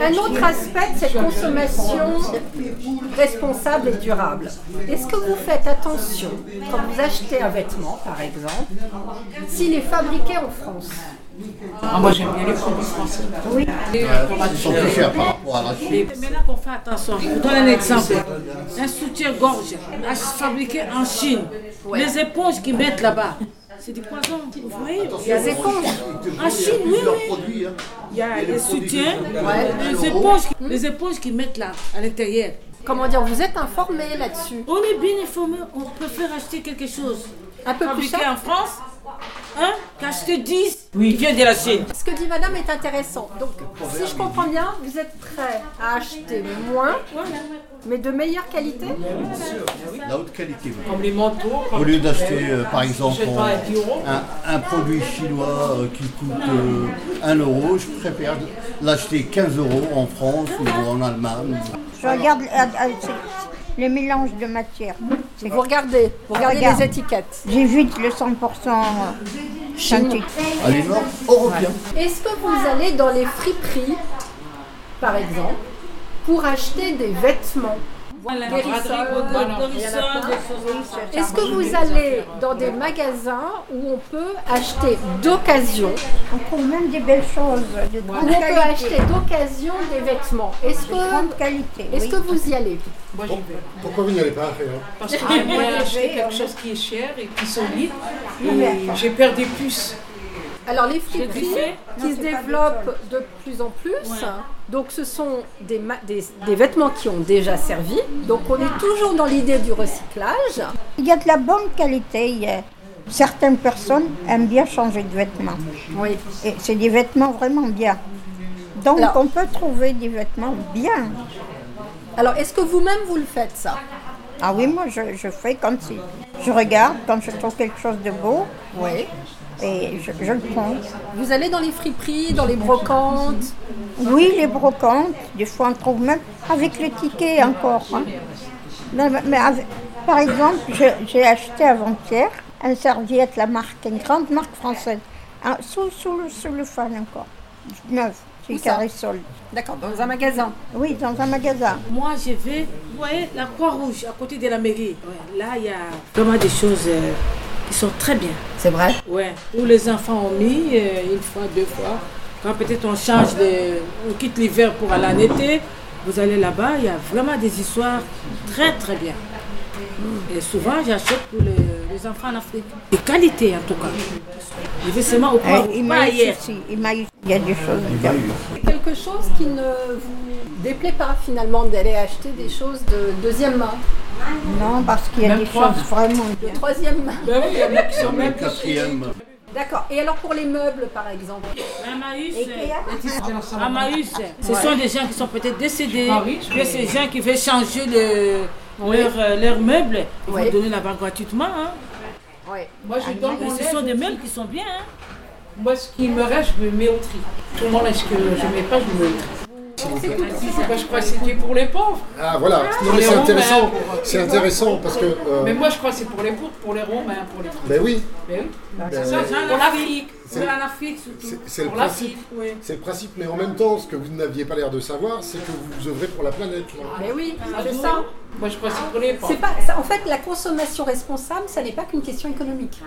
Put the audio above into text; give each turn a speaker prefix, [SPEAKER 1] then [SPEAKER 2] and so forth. [SPEAKER 1] Un autre aspect de cette consommation responsable et durable. Est-ce que vous faites attention quand vous achetez un vêtement, par exemple, s'il est fabriqué en France
[SPEAKER 2] Ah, moi j'aime bien les produits français.
[SPEAKER 1] Oui.
[SPEAKER 3] Ils sont plus chers par rapport à la Chine.
[SPEAKER 2] Mais là qu'on fait attention, je vous donne un exemple. Un soutien-gorge à- fabriqué en Chine. Les éponges qu'ils mettent là-bas, c'est du poison. Vous voyez
[SPEAKER 1] Il y a des comptes.
[SPEAKER 2] En Chine, oui,
[SPEAKER 3] Leurs
[SPEAKER 2] oui.
[SPEAKER 3] produits, hein.
[SPEAKER 2] Il y a les soutiens,
[SPEAKER 3] Ouais.
[SPEAKER 2] les éponges, les éponges qu'ils mettent là, à l'intérieur.
[SPEAKER 1] Comment dire, vous êtes informé là-dessus.
[SPEAKER 2] On est bien informé, on préfère acheter quelque chose
[SPEAKER 1] Un peu plus
[SPEAKER 2] fabriqué
[SPEAKER 1] cher.
[SPEAKER 2] en France hein, qu'acheter 10 qui vient de la Chine.
[SPEAKER 1] Ce que dit madame est intéressant. Donc, si je comprends bien, vous êtes prêt à acheter moins, mais de meilleure qualité
[SPEAKER 3] La haute qualité. oui.
[SPEAKER 2] Comme les manteaux,
[SPEAKER 3] Au lieu d'acheter, euh, par exemple,
[SPEAKER 2] Je sais pas, un bureau.
[SPEAKER 3] un, un produit chinois euh, qui coûte euh, 1 euro, je préfère l'acheter 15 euros en France ou en Allemagne.
[SPEAKER 4] Je regarde euh, euh, c'est- le mélange de matières. C'est-
[SPEAKER 1] Vous regardez, vous regardez
[SPEAKER 4] Regarde.
[SPEAKER 1] les étiquettes.
[SPEAKER 4] J'évite le 100% synthé.
[SPEAKER 3] À l'effort européen.
[SPEAKER 1] Est-ce que vous allez dans les friperies, par exemple, pour acheter des vêtements
[SPEAKER 2] voilà,
[SPEAKER 1] Des rissoles, il
[SPEAKER 2] des
[SPEAKER 1] y en a
[SPEAKER 2] rissoles,
[SPEAKER 1] plein.
[SPEAKER 2] des choses comme ça.
[SPEAKER 1] Est-ce que vous allez dans des magasins où on peut acheter d'occasion,
[SPEAKER 4] On trouve même des belles choses de
[SPEAKER 1] où
[SPEAKER 4] grande
[SPEAKER 1] on peut
[SPEAKER 4] qualité.
[SPEAKER 1] acheter d'occasion des vêtements Est-ce
[SPEAKER 4] De grande
[SPEAKER 1] que,
[SPEAKER 4] qualité.
[SPEAKER 1] est-ce
[SPEAKER 4] oui.
[SPEAKER 1] que vous y allez
[SPEAKER 3] Pourquoi vous n'y allez pas après
[SPEAKER 5] Parce que j'aime bien acheter
[SPEAKER 2] euh,
[SPEAKER 5] quelque chose qui est cher et qui est solide. Et j'ai peur des puces.
[SPEAKER 1] Alors les
[SPEAKER 2] Des
[SPEAKER 1] friperies
[SPEAKER 2] buffets
[SPEAKER 1] qui se développent de plus en plus, donc ce sont des, ma- des- des vêtements qui ont déjà servi, donc on est toujours dans l'idée du recyclage.
[SPEAKER 4] Il y a de la bonne qualité. il y a- Certaines personnes aiment bien changer de vêtements.
[SPEAKER 1] Oui.
[SPEAKER 4] Et c'est des vêtements vraiment bien. Donc
[SPEAKER 1] Alors-
[SPEAKER 4] on peut trouver des vêtements bien.
[SPEAKER 1] Alors est-ce que vous-même vous le faites ça
[SPEAKER 4] Ah oui, moi je, je fais comme si. Je regarde quand je trouve quelque chose de beau
[SPEAKER 1] Oui.
[SPEAKER 4] et je, je le prends.
[SPEAKER 1] Vous allez dans les friperies, dans les brocantes
[SPEAKER 4] Oui, les brocantes, des fois on trouve même avec le ticket encore. hein. Non, mais- mais avec- par exemple, je- j'ai acheté avant-hier un serviette, la marque, une grande marque française, un- sous, sous le, sous le fan encore, neuf, chez
[SPEAKER 1] Où ça
[SPEAKER 4] Carisol.
[SPEAKER 1] D'accord, dans un magasin.
[SPEAKER 4] Oui, dans un magasin.
[SPEAKER 2] Moi, je vais, vous voyez, la Croix-Rouge, à côté de la mairie. Ouais, là, il y a vraiment des choses euh, qui sont très bien.
[SPEAKER 1] C'est vrai
[SPEAKER 2] Ouais, où les enfants ont mis euh, une fois, deux fois. Quand peut-être on change, de, on quitte l'hiver pour aller en été, vous allez là-bas, il y a vraiment des histoires très très bien. Et souvent, j'achète pour les, les enfants en Afrique. De qualité en tout cas. Je vais seulement au
[SPEAKER 4] Eh,
[SPEAKER 2] point,
[SPEAKER 4] il
[SPEAKER 2] pas
[SPEAKER 4] m'a eu
[SPEAKER 2] ailleurs.
[SPEAKER 4] ceci, il m'a eu- Il y a des choses bien.
[SPEAKER 1] Quelque chose qui ne vous déplaît pas finalement d'aller acheter des choses de deuxième main,
[SPEAKER 4] Non, parce qu'il y a des choses vraiment
[SPEAKER 1] de
[SPEAKER 4] bien.
[SPEAKER 1] troisième main.
[SPEAKER 3] Le quatrième.
[SPEAKER 1] D'accord, et alors pour les meubles par exemple
[SPEAKER 2] Amaïs,
[SPEAKER 4] Ikea
[SPEAKER 5] Ah,
[SPEAKER 2] Amaïs, ce sont des gens qui sont peut-être décédés, mais ces gens qui veulent changer le, leur, euh, leur meuble, ils
[SPEAKER 1] Ouais.
[SPEAKER 2] vont donner là-bas gratuitement. hein.
[SPEAKER 1] Oui.
[SPEAKER 5] Moi, je donne
[SPEAKER 2] Mais
[SPEAKER 5] mon
[SPEAKER 2] ce sont
[SPEAKER 5] aide.
[SPEAKER 2] des meubles qui sont bien. hein.
[SPEAKER 5] Moi, ce qui me reste, je me mets au tri. Tout le monde, est-ce que je ne mets pas, je me mets au tri. Ah, Moi, je crois que c'était pour les pauvres.
[SPEAKER 6] Ah voilà, Non, mais
[SPEAKER 5] les
[SPEAKER 6] c'est
[SPEAKER 5] Romains,
[SPEAKER 6] intéressant,
[SPEAKER 5] pour-
[SPEAKER 6] c'est intéressant parce que. euh,
[SPEAKER 5] Mais moi, je crois que c'est pour les pauvres, pour les Romains, pour les trucs.
[SPEAKER 6] ben oui,
[SPEAKER 5] Mais oui.
[SPEAKER 6] ben,
[SPEAKER 2] Ça, c'est pour l'Afrique.
[SPEAKER 6] c'est-
[SPEAKER 2] en Afrique surtout.
[SPEAKER 6] c'est- c'est le
[SPEAKER 5] Pour l'Afrique,
[SPEAKER 6] principe.
[SPEAKER 5] oui.
[SPEAKER 6] C'est le principe, mais en même temps, ce que vous n'aviez pas l'air de savoir, c'est que vous œuvrez pour la planète. là.
[SPEAKER 1] Mais oui, c'est ça.
[SPEAKER 5] Moi, je crois que c'est pour les pauvres.
[SPEAKER 1] C'est pas, ça- en fait, la consommation responsable, ça n'est pas qu'une question économique.